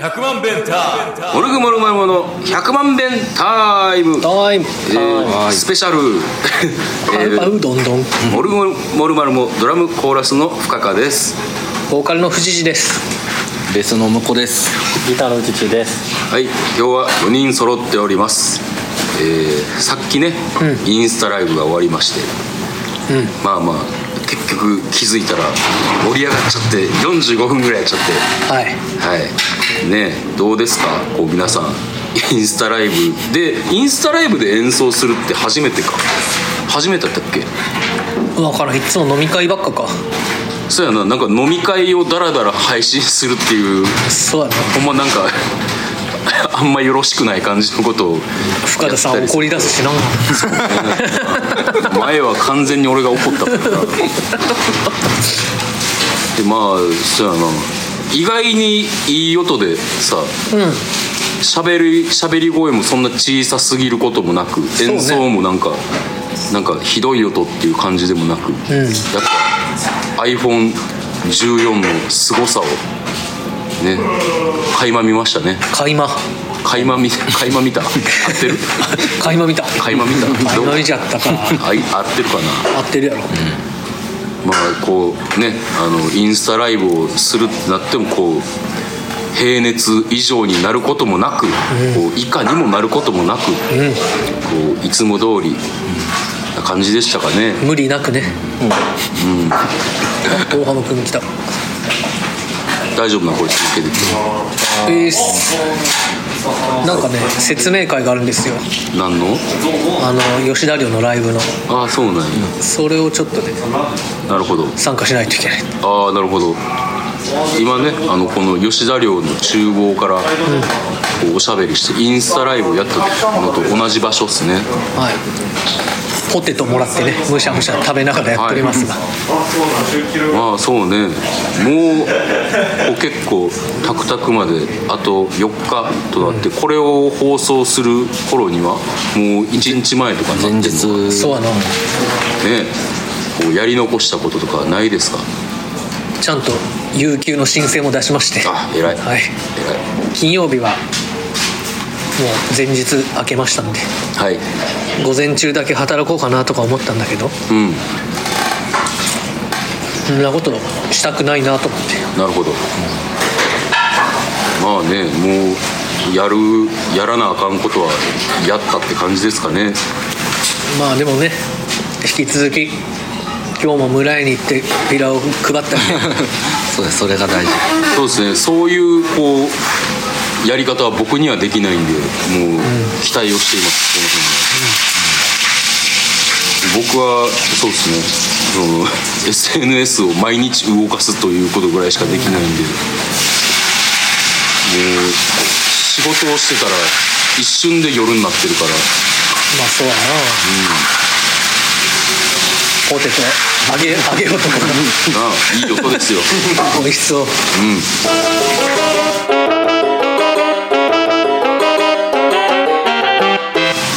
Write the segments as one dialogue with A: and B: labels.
A: 100万弁ター
B: モルグモルマルモの100万遍タイム、
C: タイ
B: え
C: ム
B: ー、スペ シャル、
C: パ
B: え
C: ウパ
B: ー、
C: ウどんどん
B: モルグモルマルモドラムコーラスの深川です
C: ボーカルの藤次です
D: ベースの向こです
E: ギターのうちちです。
B: はい今日は4人揃っております、えー、さっきね、インスタライブが終わりまして、まあまあ結局気づいたら盛り上がっちゃって45分ぐらいやっちゃって
C: はい
B: はいねえどうですかこう皆さんインスタライブでインスタライブで演奏するって初めてか初めてだったっけ
C: だからんいつも飲み会ばっかか
B: そうやななんか飲み会をダラダラ配信するっていう
C: そうやな
B: ほんまなんかあんまよろしくない感じのことを
C: 深田さん怒り出すしな
B: 前は完全に俺が怒ったからなでまあそうやな意外にいい音でさ
C: うん
B: 喋り喋り声もそんな小さすぎることもなく、
C: ね
B: 演奏もなんかなんかひどい音っていう感じでもなく、やっぱ iPhone14 の凄さをね垣間見ましたね
C: 垣間
B: 垣間見垣間見た合ってる
C: 垣間見た
B: 垣間見た
C: 垣間見ちゃったから
B: あい合ってるかな
C: 合ってるやろ
B: まあこうねあのインスタライブをするってなってもこう平熱以上になることもなく、こう以下にもなることもなく、こういつも通りな感じでしたかね
C: 無理なくねうん大浜君来た
B: 大丈夫な声続けてて
C: えーすなんかね説明会があるんですよ
B: 何の
C: あの吉田寮のライブの
B: ああそうなんや
C: それをちょっとね
B: なるほど
C: 参加しないといけない
B: ああなるほど今ねあのこの吉田寮の厨房からこうおしゃべりしてインスタライブをやったのと同じ場所っすね
C: はいポテトもらってねむしゃむしゃ食べながらやっておりますが、
B: まあそうねもうこう結構タクタクまであと4日となって、これを放送する頃にはもう1日前とかになってん
D: 前
B: の
D: 日
C: そうあの
B: ねこうやり残したこととかないですか
C: ちゃんと有給の申請も出しまして
B: あ偉い
C: はい金曜日はもう前日明けましたんで
B: はい
C: 午前中だけ働こうかなとか思ったんだけど
B: うん
C: そんなことしたくないなと思って
B: なるほどまあねもうやるやらなあかんことはやったって感じですかね
C: まあでもね引き続き今日も村へに行ってビラを配ったり
D: そうですそれが大事
B: そうですねそういうこうやり方は僕にはできないんでもう期待をしています、この辺は僕はそうですねその SNS を毎日動かすということぐらいしかできないんでもう仕事をしてたら一瞬で夜になってるから
C: まあそうやな、ポテトあげあげようと思った
B: なあいい音ですよ
C: 美味しそう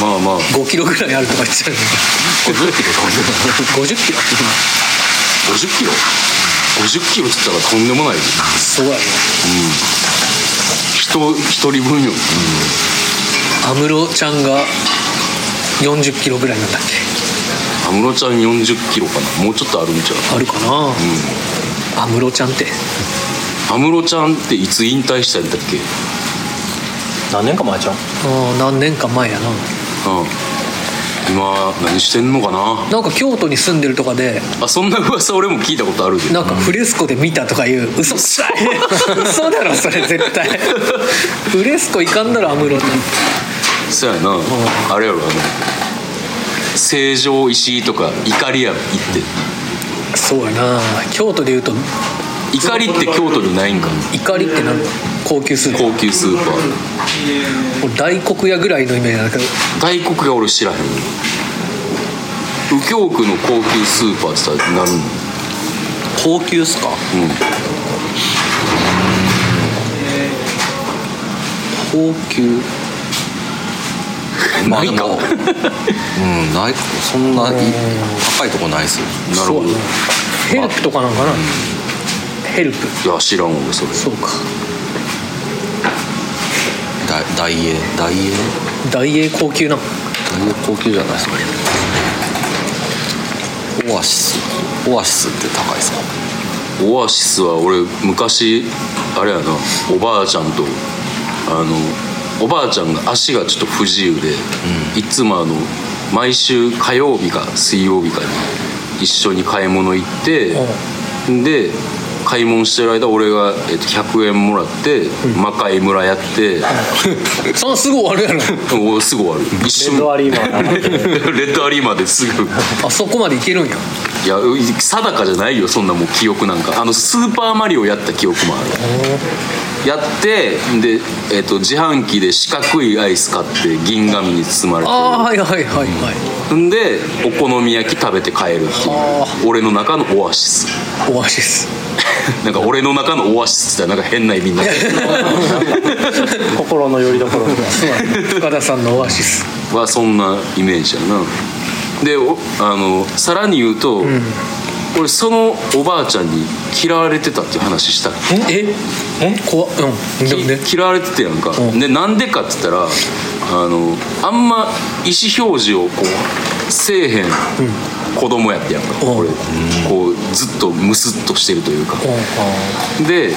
B: まあまあ
C: 5キロぐらいあるとか言ってたよね50キロ
B: 50キロ50キロって言ったらとんでもない
C: そうやね
B: 人一人分よ、
C: 安室ちゃんが40キロぐらいなんだっけ
B: 安室ちゃん40キロかなもうちょっとあるんちゃ
C: あるかな安室、ちゃんって
B: う安室ちゃんっていつ引退したんだっけ
E: 何年か前じゃん。
C: うん何年か前やな
B: うん今何してんのかな
C: なんか京都に住んでるとかで
B: あそんな噂俺も聞いたことあるで
C: なんかフレスコで見たとかいう嘘く さい嘘だろそれ絶対フレスコ行かんだろ安室ち
B: そやなあれやろあの成城石井とか怒りや行っ
C: ゃんそうやな京都でいうと
B: て怒りって京都にないんか
C: 怒りってなんだ高級スーパー
B: 高級スーパー
C: 俺大黒屋ぐらいのイメージなんだけど
B: 大黒が俺知らへん右京区の高級スーパーって言ったらなるの
C: 高級っすか
D: 高級ま
B: な
D: あ
B: いか
D: でもうんないそんない高いとこないですよ
B: なるほど
C: ヘルプとかなんかな、ヘルプ
B: いや知らん俺それ
C: そうか
D: だ大英大英
C: 大英高級な
D: 大英高級じゃないですかオアシスオアシスって高いですか
B: オアシスは俺昔あれやなおばあちゃんとあのおばあちゃんが足がちょっと不自由で、いつもあの毎週火曜日か水曜日かに一緒に買い物行って、で買い物してる間俺が、えっと、100円もらって、魔界村やって、
C: そんなすぐ終わるやろ
B: おすぐ終わる一
E: レッドアリーマーな
B: レッドアリーマですぐ
C: あそこまでいけるんや
B: いやう定かじゃないよそんなもう記憶なんかあのスーパーマリオやった記憶もあるやってで、えっと自販機で四角いアイス買って銀紙に包まれてる
C: ああはいはいはいはい、
B: んでお好み焼き食べて帰るって
C: あ
B: いう俺の中のオアシス
C: オアシス
B: なんか俺の中のオアシスってなんか変な意味になって
E: 心の拠り所
C: そうだね深田さんのオアシス
B: るはそんなイメージやなでおあのさらに言うと、俺そのおばあちゃんに嫌われてたっていう話したっけ
C: ええ怖っうんでもね
B: 嫌われててやんか、
C: うん
B: でなんでかっつったらあのあんま意思表示をこうせえへん子供やってやんか、
C: うん
B: 俺こうずっとムスッとしてるというか、
C: うん
B: で、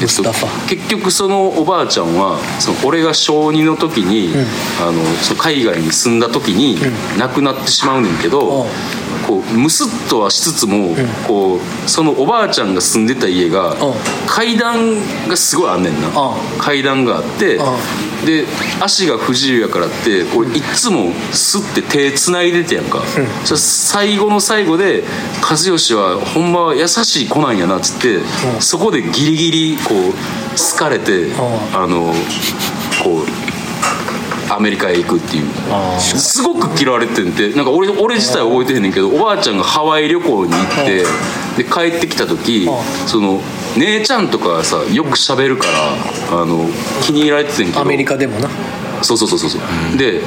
B: えっ
C: ス
B: と
C: タファ、
B: 結局そのおばあちゃんはその俺が小2の時に、あのその海外に住んだ時に亡くなってしまうねんけど、
C: うん
B: こうムスッとはしつつも、こうそのおばあちゃんが住んでた家が、
C: ん
B: 階段がすごいあんねんな、
C: う
B: 階段があって、
C: う
B: で足が不自由やからって俺いっつもすって手つないでてやんか、そしたら最後の最後で和義はほんまは優しい子なんやなっつって、そこでギリギリこう好かれて、あのこうアメリカへ行くっていうすごく嫌われてんてなんか俺俺自体覚えてへんねんけどおばあちゃんがハワイ旅行に行ってで帰ってきた時その姉ちゃんとかがさよく喋るからあの気に入られててんけど
C: アメリカでもな
B: そうそうそうそうそう、で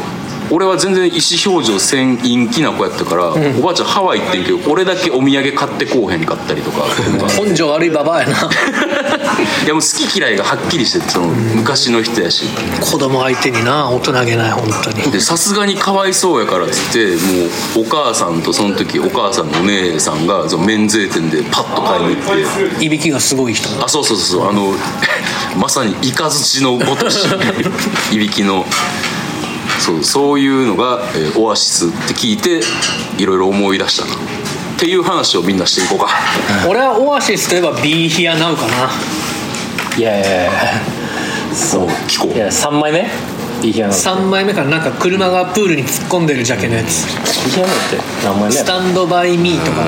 B: 俺は全然意思表示をせん陰気な子やったから、おばあちゃんハワイ行ってんけど俺だけお土産買ってこうへんかったりとか
C: 根性悪いババアやな
B: いやもう好き嫌いがはっきりしててその昔の人やし
C: 子供相手にな大人げない本当に
B: でさすがにかわいそうやからっつってもうお母さんとその時お母さんのお姉さんがその免税店でパッと買いに行って
C: いびきがすごい人
B: あそうそうそうそうあの まさにイカズチのごとしいびきのそうそういうのが、えーオアシスって聞いていろいろ思い出したなっていう話をみんなしていこうか
C: 俺はオアシスといえばビーヒアナウかない
E: やいやいや
B: そう聞こ
E: いや
B: う
E: 3枚目ビーヒアナ
C: 3枚目からなんか車がプールに突っ込んでるジャケのやつ
E: ビーヒアナって何
C: 「
E: 枚目
C: ス
E: や
C: タンドバイミー」とか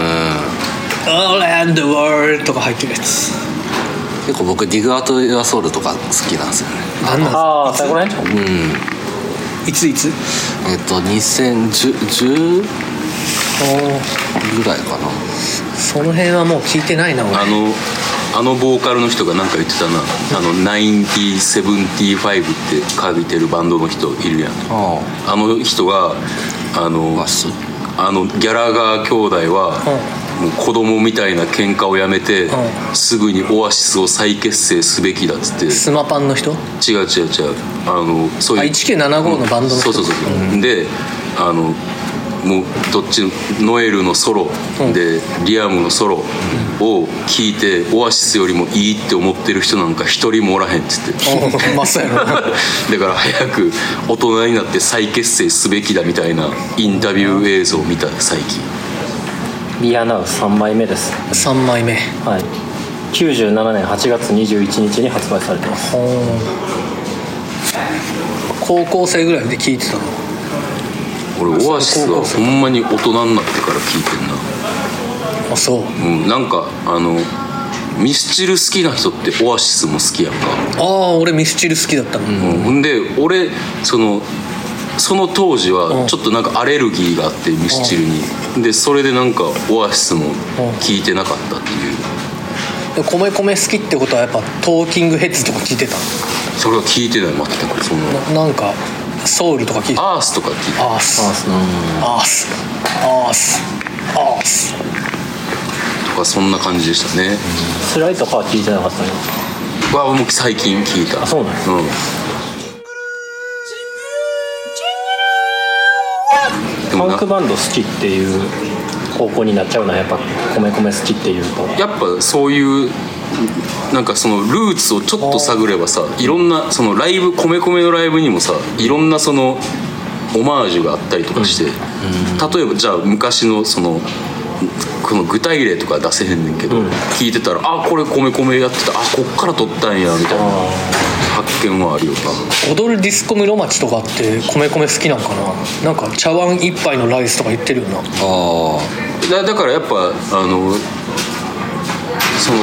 C: 「All and the World」とか入ってるやつ
D: 結構僕ディグアート・ユア・ソウルとか好きなんですよね
C: あんなん
E: ああ最後のやつ
C: いついつ
D: えっと2010ぐらいかな
C: その辺はもう聞いてないな俺
B: あのあのボーカルの人が何か言ってたなあの9075って書いてるバンドの人いるやん
D: あ
B: あの人があの
D: あし
B: あのギャラガー兄弟は、もう子供みたいな喧嘩をやめて、
C: う
B: すぐにオアシスを再結成すべきだっつって
C: スマパンの人
B: 違う違う違うあのそう
C: あ
B: いう
C: 1975のバンドの
B: そ
C: 人
B: うそうそうそう、であのもうどっちノエルのソロで、リアムのソロを聞いてオアシスよりもいいって思ってる人なんか一人もおらへんっつって
C: おまさやろな
B: だから早く大人になって再結成すべきだみたいなインタビュー映像を見た最近
E: ビーヒアナ3枚目です
C: 3枚目
E: はい97年8月21日に発売されてます
C: 高校生ぐらいで聞いてたの
B: 俺オアシスはほんまに大人になってから聞いてんな
C: あそう
B: うん、なんかあのミスチル好きな人ってオアシスも好きやんか、
C: ああ俺ミスチル好きだったの、
B: うんほんで俺そのその当時はちょっとなんかアレルギーがあってミスチルに、でそれでなんかオアシスも聞いてなかったっていう
C: で米米好きってことはやっぱトーキングヘッズとか聞いてた
B: それは聞いてない全くその
C: ななんかソウルとか聞いてた
B: アースとか聞いて
C: アースアースアースアース
B: とかそんな感じでしたね、
E: スライとかは聞いてなかったね
B: はもう最近聞いた
E: あそうなんや
B: うんでも
E: パ
B: な
E: ンクバンド好きっていう方向になっちゃうなやっぱ米米好きっていうと
B: やっぱそういうなんかそのルーツをちょっと探ればさいろんなそのライブ米米のライブにもさいろんなそのオマージュがあったりとかして、例えばじゃあ昔のそのこの具体例とか出せへんねんけど、聞いてたら「あこれ米米やってたあこっから撮ったんや」みたいな発見はあるよ
C: 踊るディスコ室町とかって米米好きなんかななんか茶碗一杯のライスとか言ってるよな
D: あ
B: なだだからやっぱあのその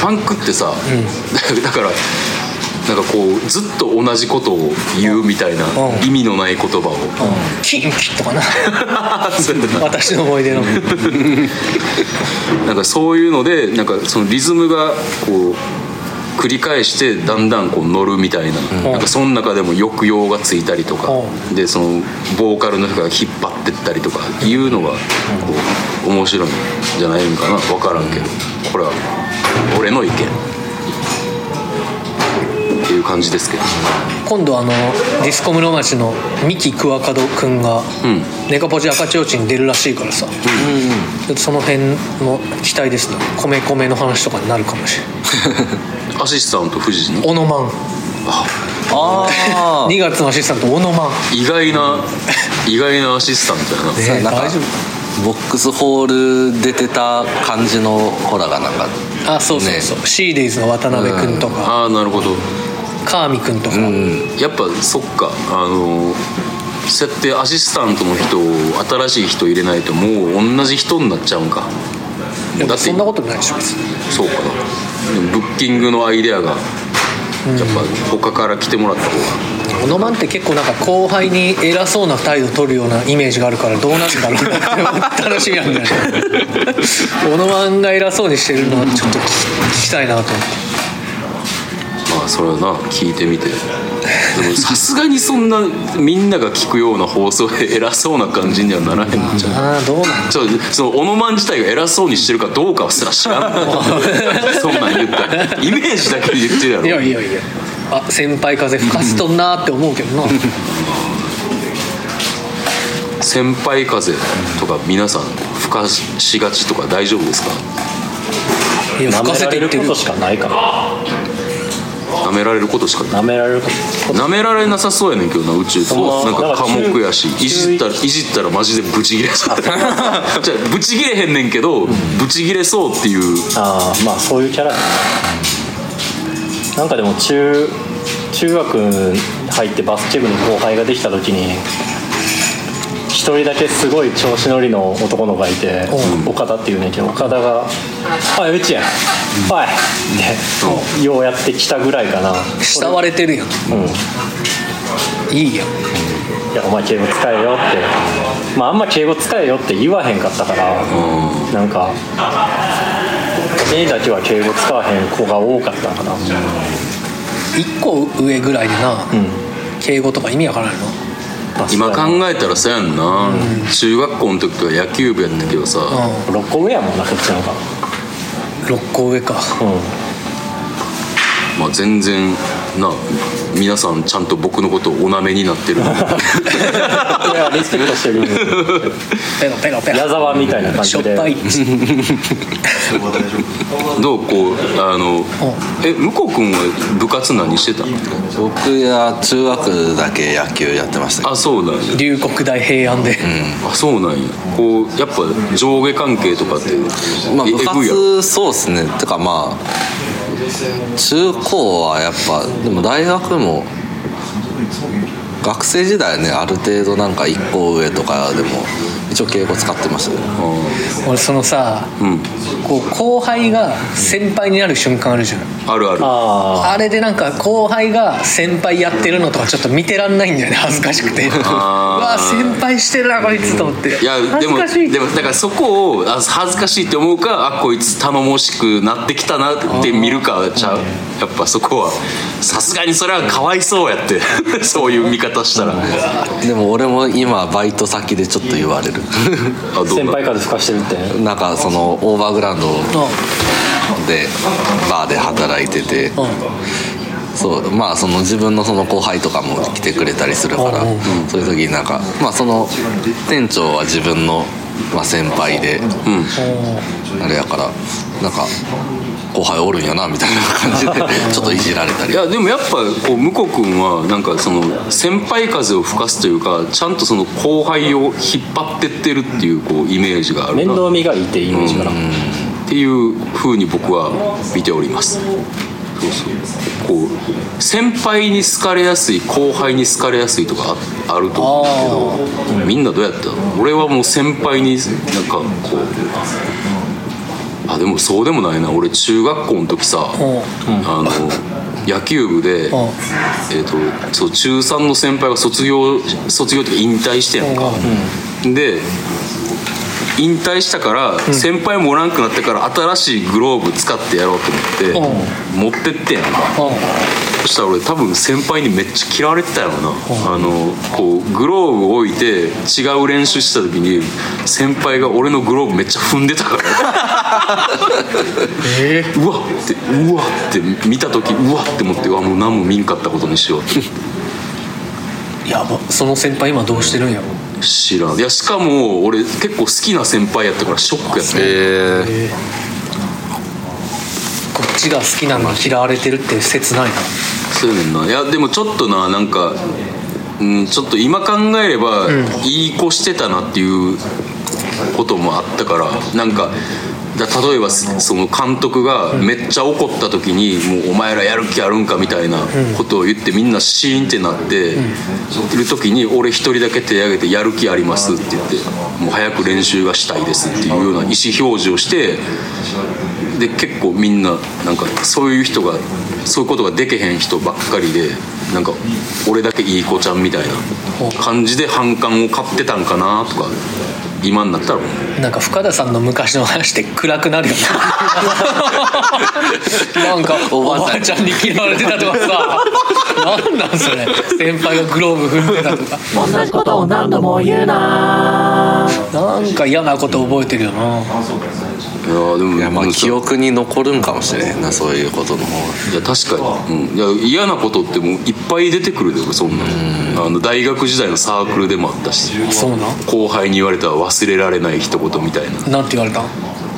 B: パンクってさ、 だからなんかこうずっと同じことを言うみたいな
C: うん
B: 意味のない言葉 を、
C: キンキとかな
B: そうやってな
C: 私の思い出の
B: なんかそういうのでなんかそのリズムがこう繰り返してだんだんこう乗るみたいな,、なんかその中でも抑揚がついたりとか、
C: う
B: でそのボーカルの人が引っ張ってったりとかいうのがこう面白いんじゃないのかな分からんけどこれは俺の意見っていう感じですけど
C: 今度あのディスコ室町のミキクワカドくんが
B: ん
C: ネカポジ赤ちょうちんに出るらしいからさ、その辺の期待ですね米米の話とかになるかもしれない
B: アシスタント藤井の
C: オノマン
D: ああ
C: 2月のアシスタントオノマン
B: 意外な意外なアシスタントやな
D: あなんか
C: 大丈
D: ボックスホール出てた感じのほらがなんか
C: あそうそうそう、
D: ね
C: シーデイズの渡辺くんとか、
B: ああなるほど
C: カーミくんとか、
B: やっぱそっかあのそうやってアシスタントの人を新しい人入れないともう同じ人になっちゃうんか
C: で
B: だ
C: も
B: って
C: そんなことないでしょ別に
B: そうかなでもブッキングのアイデアがやっぱ他から来てもらった方が
C: オノマンって結構なんか後輩に偉そうな態度取るようなイメージがあるからどうなるんだろうなって楽しみなんだよねオノマンが偉そうにしてるのはちょっと聞き聞きたいなと思って
B: まあそれはな聞いてみてでもさすがにそんなみんなが聞くような放送で偉そうな感じにはならへんのじゃう
C: ああどうなん
B: ちょっとそのオノマン自体が偉そうにしてるかどうかすら知らんそんなん言ったらイメージだけで言ってるやろ
C: いやいやいやあ先輩風吹かしとんなーって思うけどな
B: 先輩風とか皆さんふかしがちとか大丈夫ですか
C: いや
E: 舐
C: 吹か
E: め
C: せ
E: ら
C: て
E: れ
C: いっ
E: る
C: て
E: こ
C: る
E: としかないから
B: 舐められることしかない
E: 舐められること
B: 舐められなさそうやねんけどな宇宙
E: う
B: となんか
E: だから
B: 科
E: 中
B: 目やしいじったらいじったらマジでブチギレそう じゃあブチギレへんねんけどブチギレそうっていう
E: ああまあそういうキャラだねなんかでも中中学入ってバスケ部の後輩ができた時に一人だけすごい調子乗りの男の子がいて、岡田っていうねんけど岡田が「おいうちやんおい」って、ようやってきたぐらいかな
C: 慕われてるやん
E: うん
C: いいやん
E: いやお前敬語使えよってまああんま敬語使えよって言わへんかったからなんか A だけは敬語使わへん子が多かったかな
C: 1個上ぐらいでな、敬語とか意味わからないの
B: 今考えたらそうやんな中学校の時とか野球部やったけどさ
C: う
E: 6個上やもんなこっちの方が
C: ん6個上か
E: う
B: まあ全然な皆さんちゃんと僕のことをおなめにな ってる
E: んいやリスペクトして る
C: ペロペロペ
E: 矢
C: ロ
E: 沢みたいな感
C: しょ
E: じ
C: っ
E: で
C: ぱい
B: どうこうあのえ向こう君は部活何してた
D: 僕や中学だけ野球やってましたけど
B: あそうなんや
C: 龍谷大平安で、
B: あそうなんやこうやっぱ上下関係とかって、
D: まあ、
B: え
D: 部
B: えぐいやろ
D: 活そうですねてかまあ中高はやっぱでも大学も学生時代はねある程度なんか1個上とかでも一応敬語使ってましたね
C: 俺そのさ、
B: うん
C: こう後輩が先輩になる瞬間あるじゃん
B: あるある
E: あ
C: あれでなんか後輩が先輩やってるのとかちょっと見てらんないんだよね恥ずかしくてう
B: あー
C: わ先輩してるなこいつと思って
B: いや
C: 恥
B: で
C: ず
B: も
C: かしい
B: でもだからそこをあ恥ずかしいって思うかあこいつ頼もしくなってきたなって見るかちゃうやっぱそこはさすがにそれはかわい そうやってそういう見方したら
D: でも俺も今バイト先でちょっと言われる
B: あどう
E: 先
B: な
E: 輩風吹かしてるって
D: なんかそのオーバーグラウンドでバーで働いてて
C: うん
D: そうまあその自分のその後輩とかも来てくれたりするから
C: うん
D: そういう時になんかまあその店長は自分のまあ先輩で
B: うん
D: あれやからなんか後輩おるんやなみたいな感じでちょっといじられた
B: い
D: り
B: やでもやっぱこう向こう君はなんかその先輩風を吹かすというかちゃんとその後輩を引っ張ってってるっていうこうイメージがある
E: 面
B: な
E: 倒見がいいってイメージから
B: っていう風に僕は見ておりますそうそうこう先輩に好かれやすい後輩に好かれやすいとかああると思うんだけどみんなどうやったの俺はもう先輩になんかこうあでもそうでもないな俺中学校の時さ、
C: うん
B: あの野球部で、
C: ん
B: えー、とそう中3の先輩が卒業卒業っていうか引退してやんか、で引退したから、先輩もおらんくなってから新しいグローブ使ってやろうと思って、持ってってやんか、そしたら俺多分先輩にめっちゃ嫌われてたよな、あのこうグローブ置いて違う練習した時に先輩が俺のグローブめっちゃ踏んでたから
C: え
B: うわってうわって見た時うわって思ってうわもう何も見んかったことにしようって
C: ー、やばその先輩今どうしてるんやろ
B: 知らんいやしかも俺結構好きな先輩やったからショックやったね
D: え
C: こっちが好きなのに嫌われてるって切ないな
B: そうやねんないやでもちょっとななんか、うん、ちょっと今考えれば、いい子してたなっていうこともあったからなんかだ例えばすその監督がめっちゃ怒った時に「もうお前らやる気あるんか」みたいなことを言ってみんなシーンってなってる時に俺一人だけ手挙げて「やる気あります」って言って「もう早く練習がしたいです」っていうような意思表示をしてで結構みんななんかそういう人がそういうことがでけへん人ばっかりでなんか俺だけいい子ちゃんみたいな感じで反感を買ってたんかなとか今になったら思う
C: なんか深田さんの昔の話って暗くなるよねなんかおばあちゃんに嫌われてたとかさなんなんそれ先輩がグローブ踏んでたとか
F: 同じことを何度も言うな
C: なんか嫌なこと覚えてるよない
B: やーでも
D: えいやま
B: う
D: あ
B: ん
D: 記憶に残るんかもしれへんなそういうことの方が
B: いや確かに、うん、いや嫌なことってもういっぱい出てくるでそんなのあの大学時代のサークルでもあったし
C: そうなん
B: 後輩に言われたら忘れられない一言みたいな
C: なんて言われたん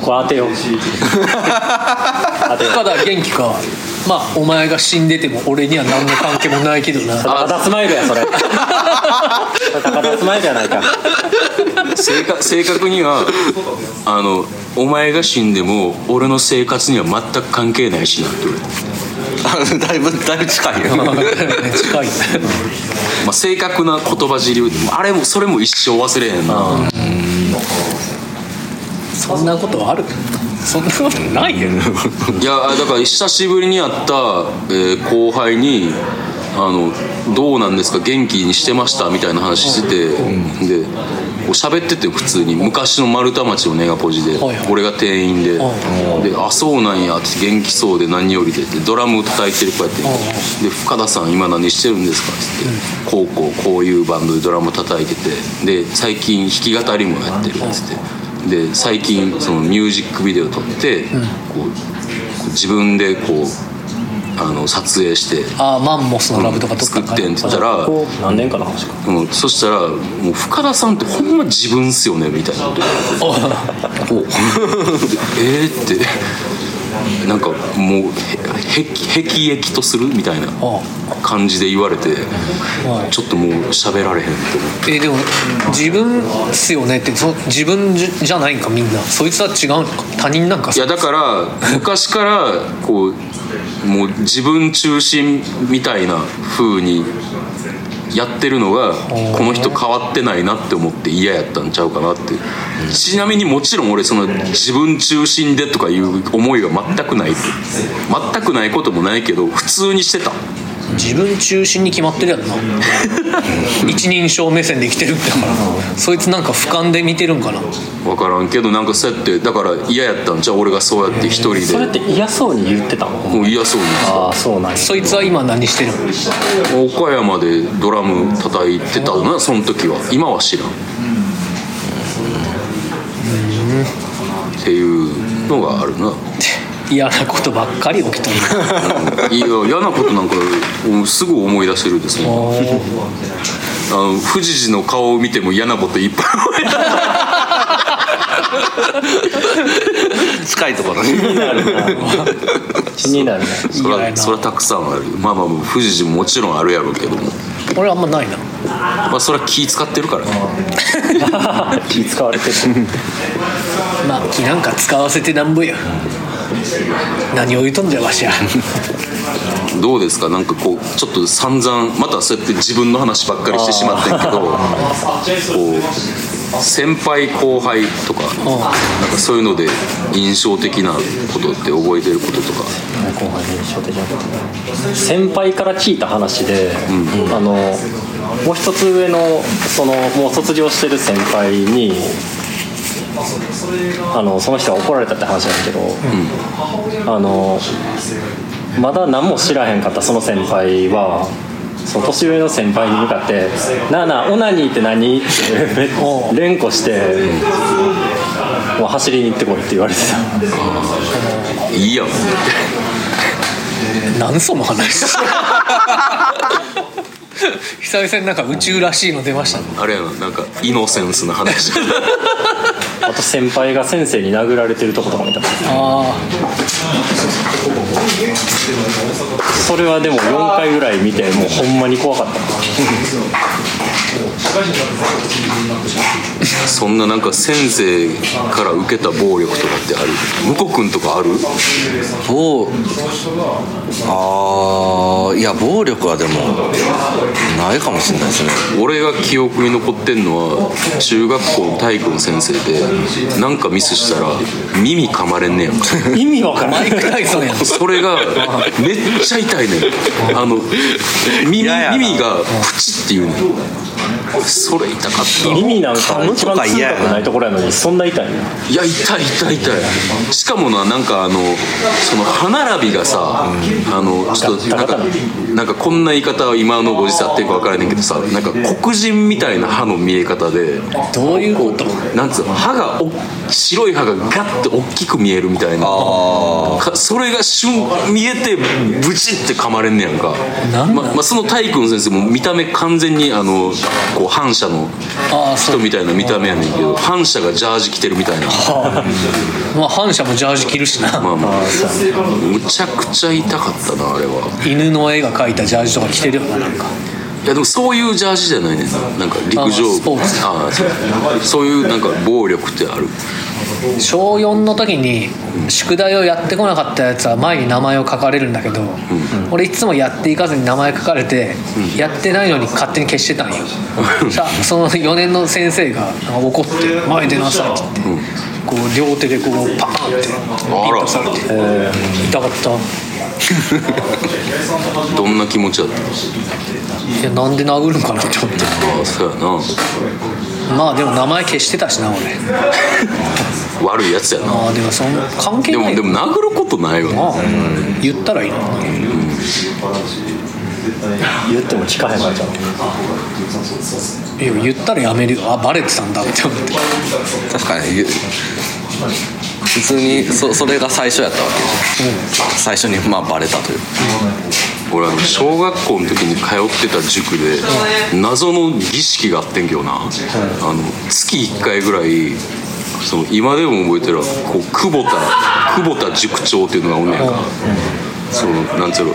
E: これ当てよう当てよ
C: 深田元気かまあお前が死んでても俺には何の関係もないけどな
E: 高田スマイルやそ れそれ高田スマイルやないか
B: 正 確正確にはあのお前が死んでも俺の生活には全く関係ないしなって言われた、
D: あ だいぶだいぶ近いよ
C: 近いね
B: まあ、正確な言葉尻あれもそれも一生忘れへんな、
C: そんなことあるそんなことないよ
B: いやだから久しぶりに会った、えー後輩に「あのどうなんですか元気にしてました」みたいな話してて、でこう喋ってて普通に昔の丸太町のネガポジで、
C: はいはい
B: 俺が店員で「
C: は
B: であそうなんや」って元気そうで何よりでってドラム叩いてる子やって、
C: はい
B: で深田さん今何してるんですか?」っつって「こうこうこういうバンドでドラム叩いててで最近弾き語りもやってる」っつってで最近そのミュージックビデオ撮って、こうこう自分でこうあの撮影して
C: ああマンモスのラブとか撮
B: 作
C: った
B: っ
C: か
B: てんって言ったら。
E: こう何年かの話か
B: うんそしたら「もう深田さんってほんま自分っすよね」みたいなこと言われて「おえーってなんかもうへへへきへきとするみたいな
C: あ
B: 感じで言われて
C: はい
B: ちょっともう喋られへんって思って
C: えーでも自分っすよねってそ自分じじゃないんかみんなそいつは違うのか他人なんか
B: いやだから昔からこうもう自分中心みたいな風にやってるのがこの人変わってないなって思って嫌やったんちゃうかなってちなみにもちろん俺その自分中心でとかいう思いが全くない全くないこともないけど普通にしてた
C: 自分中心に決まってるやんな一人称目線で生きてるんだからそいつなんか俯瞰で見てるんかな
B: 分からんけどなんかそうやってだから嫌やったんちゃう俺がそうやって一
E: それっ
B: 人で
E: て嫌そうに言ってたの
B: もう嫌そうに
E: ああそうなんや
C: そいつは今何してるの
B: 岡山でドラム叩いてたなその時は今は知らんっていうのがあるな
C: 嫌なことばっかり起きとる
B: いや嫌なことなんかもうすぐ思い出せるですもん
C: おー
B: あの富士寺の顔を見ても嫌なこといっぱい思い出す
D: 近いところに
E: 気になるね
B: そ
C: 嫌や
B: ら
C: な
B: そらたくさんあるまあまあもう富士寺ももちろんあるやろうけども
C: 俺あんまないな
B: まあそれは気使ってるからね
E: 気使われてる
C: まあ気なんか使わせてなんぼや何を言うとんじゃわしや
B: どうですかなんかこうちょっと散々またそうやって自分の話ばっかりしてしまってんけどこう先輩後輩とかなんかそういうので印象的なことって覚えてることとか
E: 後輩に招待状先輩から聞いた話で、あのもう一つ上のそのもう卒業してる先輩にあのその人が怒られたって話なんだけど、あのまだ何も知らへんかったその先輩は。その年上の先輩に向かって「なあなあオナニーって何?」ってめ連呼して「もう走りに行ってこい」って言われてた
B: いいやん
C: 何その話久々になんか宇宙らしいの出ましたね
B: あれやななんかイノセンスな話
E: あと先輩が先生に殴られてるとことか見た
C: あ
E: それはでも4回ぐらい見てもうほんまに怖かった
B: そんななんか先生から受けた暴力とかってある向こう君とかある
D: 暴ああいや暴力はでもないかもしれないですね
B: 俺が記憶に残ってんのは中学校の体育の先生でなんかミスしたら耳噛まれんねやんか
E: 意味わから
C: あマ
E: ない
C: イク・タイソンやん
B: それがめっちゃ痛いねんあの耳
D: 嫌やな
B: 耳がプチっていうねんそれ痛かった
E: 耳なんか
D: む
E: 一
D: と
E: 番
D: か
E: 痛く
D: 嫌やな
E: ないところやのにそんな痛いの
B: いや痛い痛い痛いしかもななんかあのその歯並びがさ、あのちょっとなんかなんかこんな言い方は今のご時世あってるか分からないけどさなんか黒人みたいな歯の見え方で
C: どういうこと
B: なんつうの歯がお白い歯がガッて大きく見えるみたいなかそれが瞬見えてブチって噛まれんねやんか
C: なんなん
B: ままあ、その体育の先生も見た目完全にあのこう反射の
C: ああそ
B: 人
C: う
B: みたいな見た目やねんけど反射がジャージ着てるみたいな
C: まあ反射もジャージ着るしな
B: まあまあむちゃくちゃ痛かったなあれは
C: 犬の絵が描いたジャージとか着てるよななんか
B: いやでもそういうジャージじゃないねんななんか陸上
C: あスポーツ
B: ああそうそういうなんか暴力ってある
C: 小4の時に宿題をやってこなかったやつは前に名前を書かれるんだけど、俺いつもやっていかずに名前書かれて、やってないのに勝手に消してたんよ、さその4年の先生がなんか怒って「前出なさい」って言って、こう両手でこうパーンって
B: あら
C: 痛かった
B: どんな気持ちだった
C: いやなんで殴るんかなって思って
B: ああそうやな
C: まあでも名前消してたしな俺
B: 悪いやつやな
C: まあでもそん関係
B: で
C: な
B: も
C: い
B: で
C: よ
B: も殴ることないわ
C: なあ言ったらいいのに
E: 言っても聞かへんかった
C: いや言ったらやめるよあバレてたんだって思って
D: 確かにゆ普通にそそれが最初やったわけじゃん、最初にまあバレたという
B: 俺あの小学校の時に通ってた塾で謎の儀式があってんけどな、あの月1回ぐらいその今でも覚えてるわこう久保田久保田塾長っていうのがおんねやんか、そのなんつうの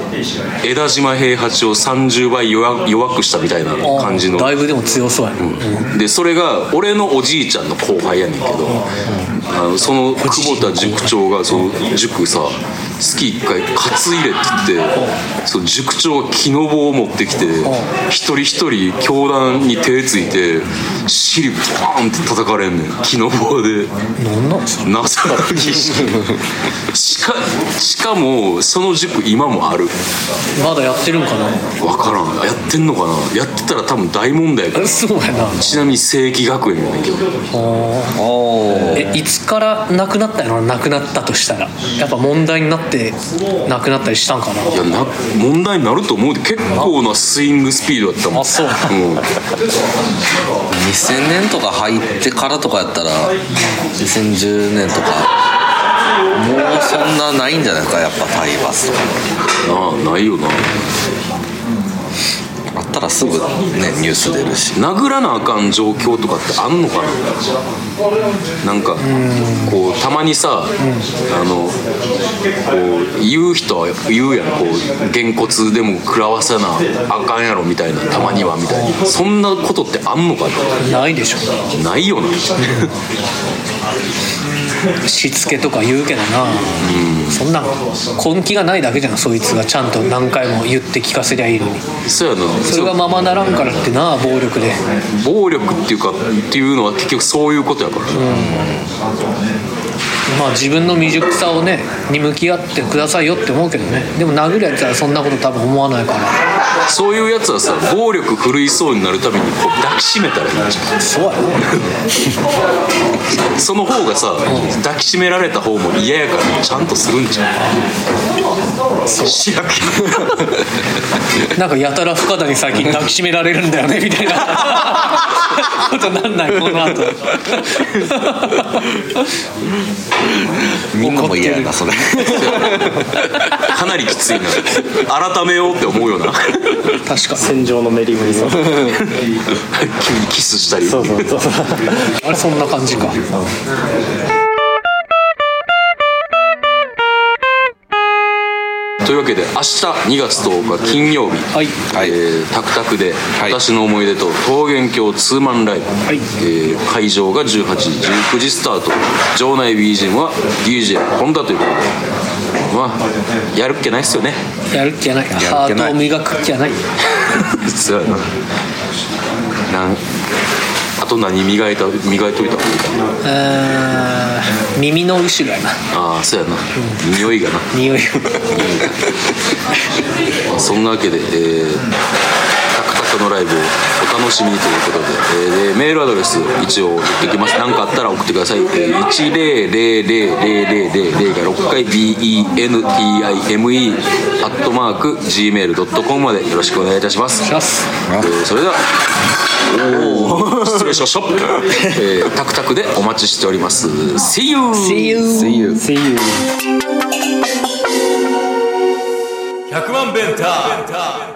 B: 枝島平八を30倍弱弱くしたみたいな感じの
C: だいぶでも強そうやな、
B: でそれが俺のおじいちゃんの後輩やねんけど、あのその久保田塾長がその塾さ月1回担いでって言ってその塾長が木の棒を持ってきて一人一人教団に手ついて尻バーンって叩かれんねん木の棒で。
C: なんなんそれ
B: なさの儀式しかしかもその塾今もある
C: まだやってるんかな
B: 分からんやってんのかなやってたら多分大問題やけど
C: えそうやな
B: ちなみに正規学園やねんけど
C: あーえいつからなくなったのはなくなったとしたらやっぱ問題になってなくなったりしたんかない
B: やな問題になると思うで結構なスイングスピードやったもん
C: あそう
B: うん
D: 2000年とか入ってからとかやったら2010年とかもうそんなないんじゃないですかやっぱタイバスと
B: なあないよな
D: かあったらすぐねニュース出るし
B: 殴らなあかん状況とかってあんのかななんかこうたまにさ、あのこう言う人は言うやんこうげんこつでも食らわせなあかんやろみたいなたまにはみたいなそんなことってあんのか
C: ないでしょ
B: なないよな
C: しつけとか言うけどな、そんなん根気がないだけじゃんそいつがちゃんと何回も言って聞かせりゃいいのに
B: そうやな
C: それがままならんからってな暴力で
B: 暴力っていうかっていうのは結局そういうことやから、
C: まあ自分の未熟さをねに向き合ってくださいよって思うけどねでも殴るやつはそんなこと多分思わないから
B: そういうやつはさ暴力振るいそうになるたびにこう抱きしめたらいいじ ゃ
C: そうやろ
B: んその方がさ抱きしめられた方も嫌やからちゃんとするんじゃんしやけ
C: なんかやたら深田に最近抱きしめられるんだよねみたいなことなんないこの後
D: みんなも嫌やなそれ
B: かなりきついな改めようって思うよな
C: 確か
E: 戦場のメリムリさん
B: 急にキスしたり
E: そうそうそう
C: に あれそんな感じか
B: というわけで明日2月10日金曜日
C: はい
B: えータクタクで
D: い
B: 私の思い出と桃源郷ツーマンライブ、
C: い
B: えー会場が18時19時スタート場内 BGM は DJ 本田ということでまあやるっけないっすよね
C: やるっきゃないハ
D: っきゃな
C: ー
D: い
C: トを磨くっきゃない
B: そうやななんあと何磨いた磨いといた方がいいかな
C: えー耳の後ろやな
B: ああそうやな匂いがな
C: 匂いを
B: まあそんなわけで、えータクタクのライブをお楽しみにということで,、えーでメールアドレス一応言ってきます何かあったら送ってください、えー、1000000が6回 bentime アットマーク gmail.com までよろしくお願いいたします
C: します
B: えーそれではおー失礼しました、えータクタクでお待ちしております See you!
C: See you
A: 100万ベンター